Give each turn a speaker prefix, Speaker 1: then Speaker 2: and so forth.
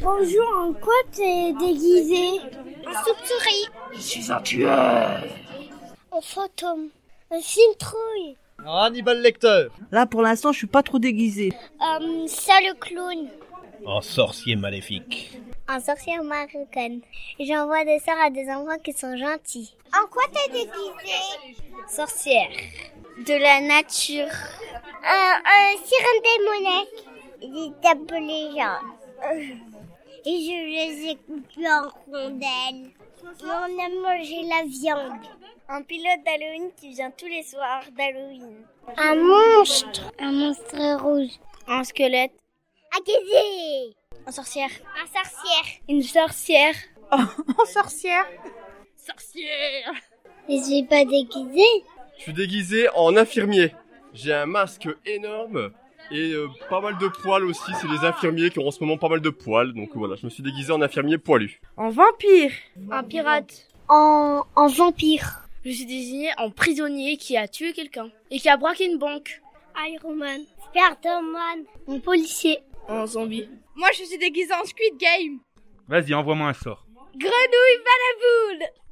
Speaker 1: Bonjour, en quoi t'es déguisé
Speaker 2: En soupe-souris.
Speaker 3: Je suis un tueur.
Speaker 1: En fantôme. En cintrouille.
Speaker 4: Hannibal Lecteur.
Speaker 5: Là, pour l'instant, je suis pas trop déguisé.
Speaker 1: Euh, sale clown.
Speaker 6: En sorcier maléfique.
Speaker 7: En sorcière marocaine. J'envoie des sorts à des enfants qui sont gentils.
Speaker 2: En quoi t'es déguisé
Speaker 7: Sorcière. De la nature.
Speaker 2: Un, un siren démoniaque. Il tape les gens. euh, Et je les ai coupés en rondelles. On a mangé la viande.
Speaker 7: Un pilote d'Halloween qui vient tous les soirs d'Halloween.
Speaker 1: Un monstre. Un monstre rouge.
Speaker 7: Un squelette.
Speaker 2: Un gazé.
Speaker 7: Un sorcière.
Speaker 2: Un sorcière.
Speaker 7: Une sorcière.
Speaker 5: en sorcière.
Speaker 2: Sorcière.
Speaker 1: Mais je suis pas déguisé.
Speaker 8: Je suis déguisé en infirmier. J'ai un masque énorme et euh, pas mal de poils aussi. C'est les infirmiers qui ont en ce moment pas mal de poils. Donc voilà, je me suis déguisé en infirmier poilu.
Speaker 5: En vampire.
Speaker 9: Un pirate.
Speaker 1: En, en vampire.
Speaker 9: Je suis désigné en prisonnier qui a tué quelqu'un et qui a braqué une banque.
Speaker 1: Iron Man. Spider-Man. En policier.
Speaker 9: En zombie.
Speaker 10: Moi, je suis déguisé en Squid Game.
Speaker 11: Vas-y, envoie-moi un sort.
Speaker 10: Grenouille balaboule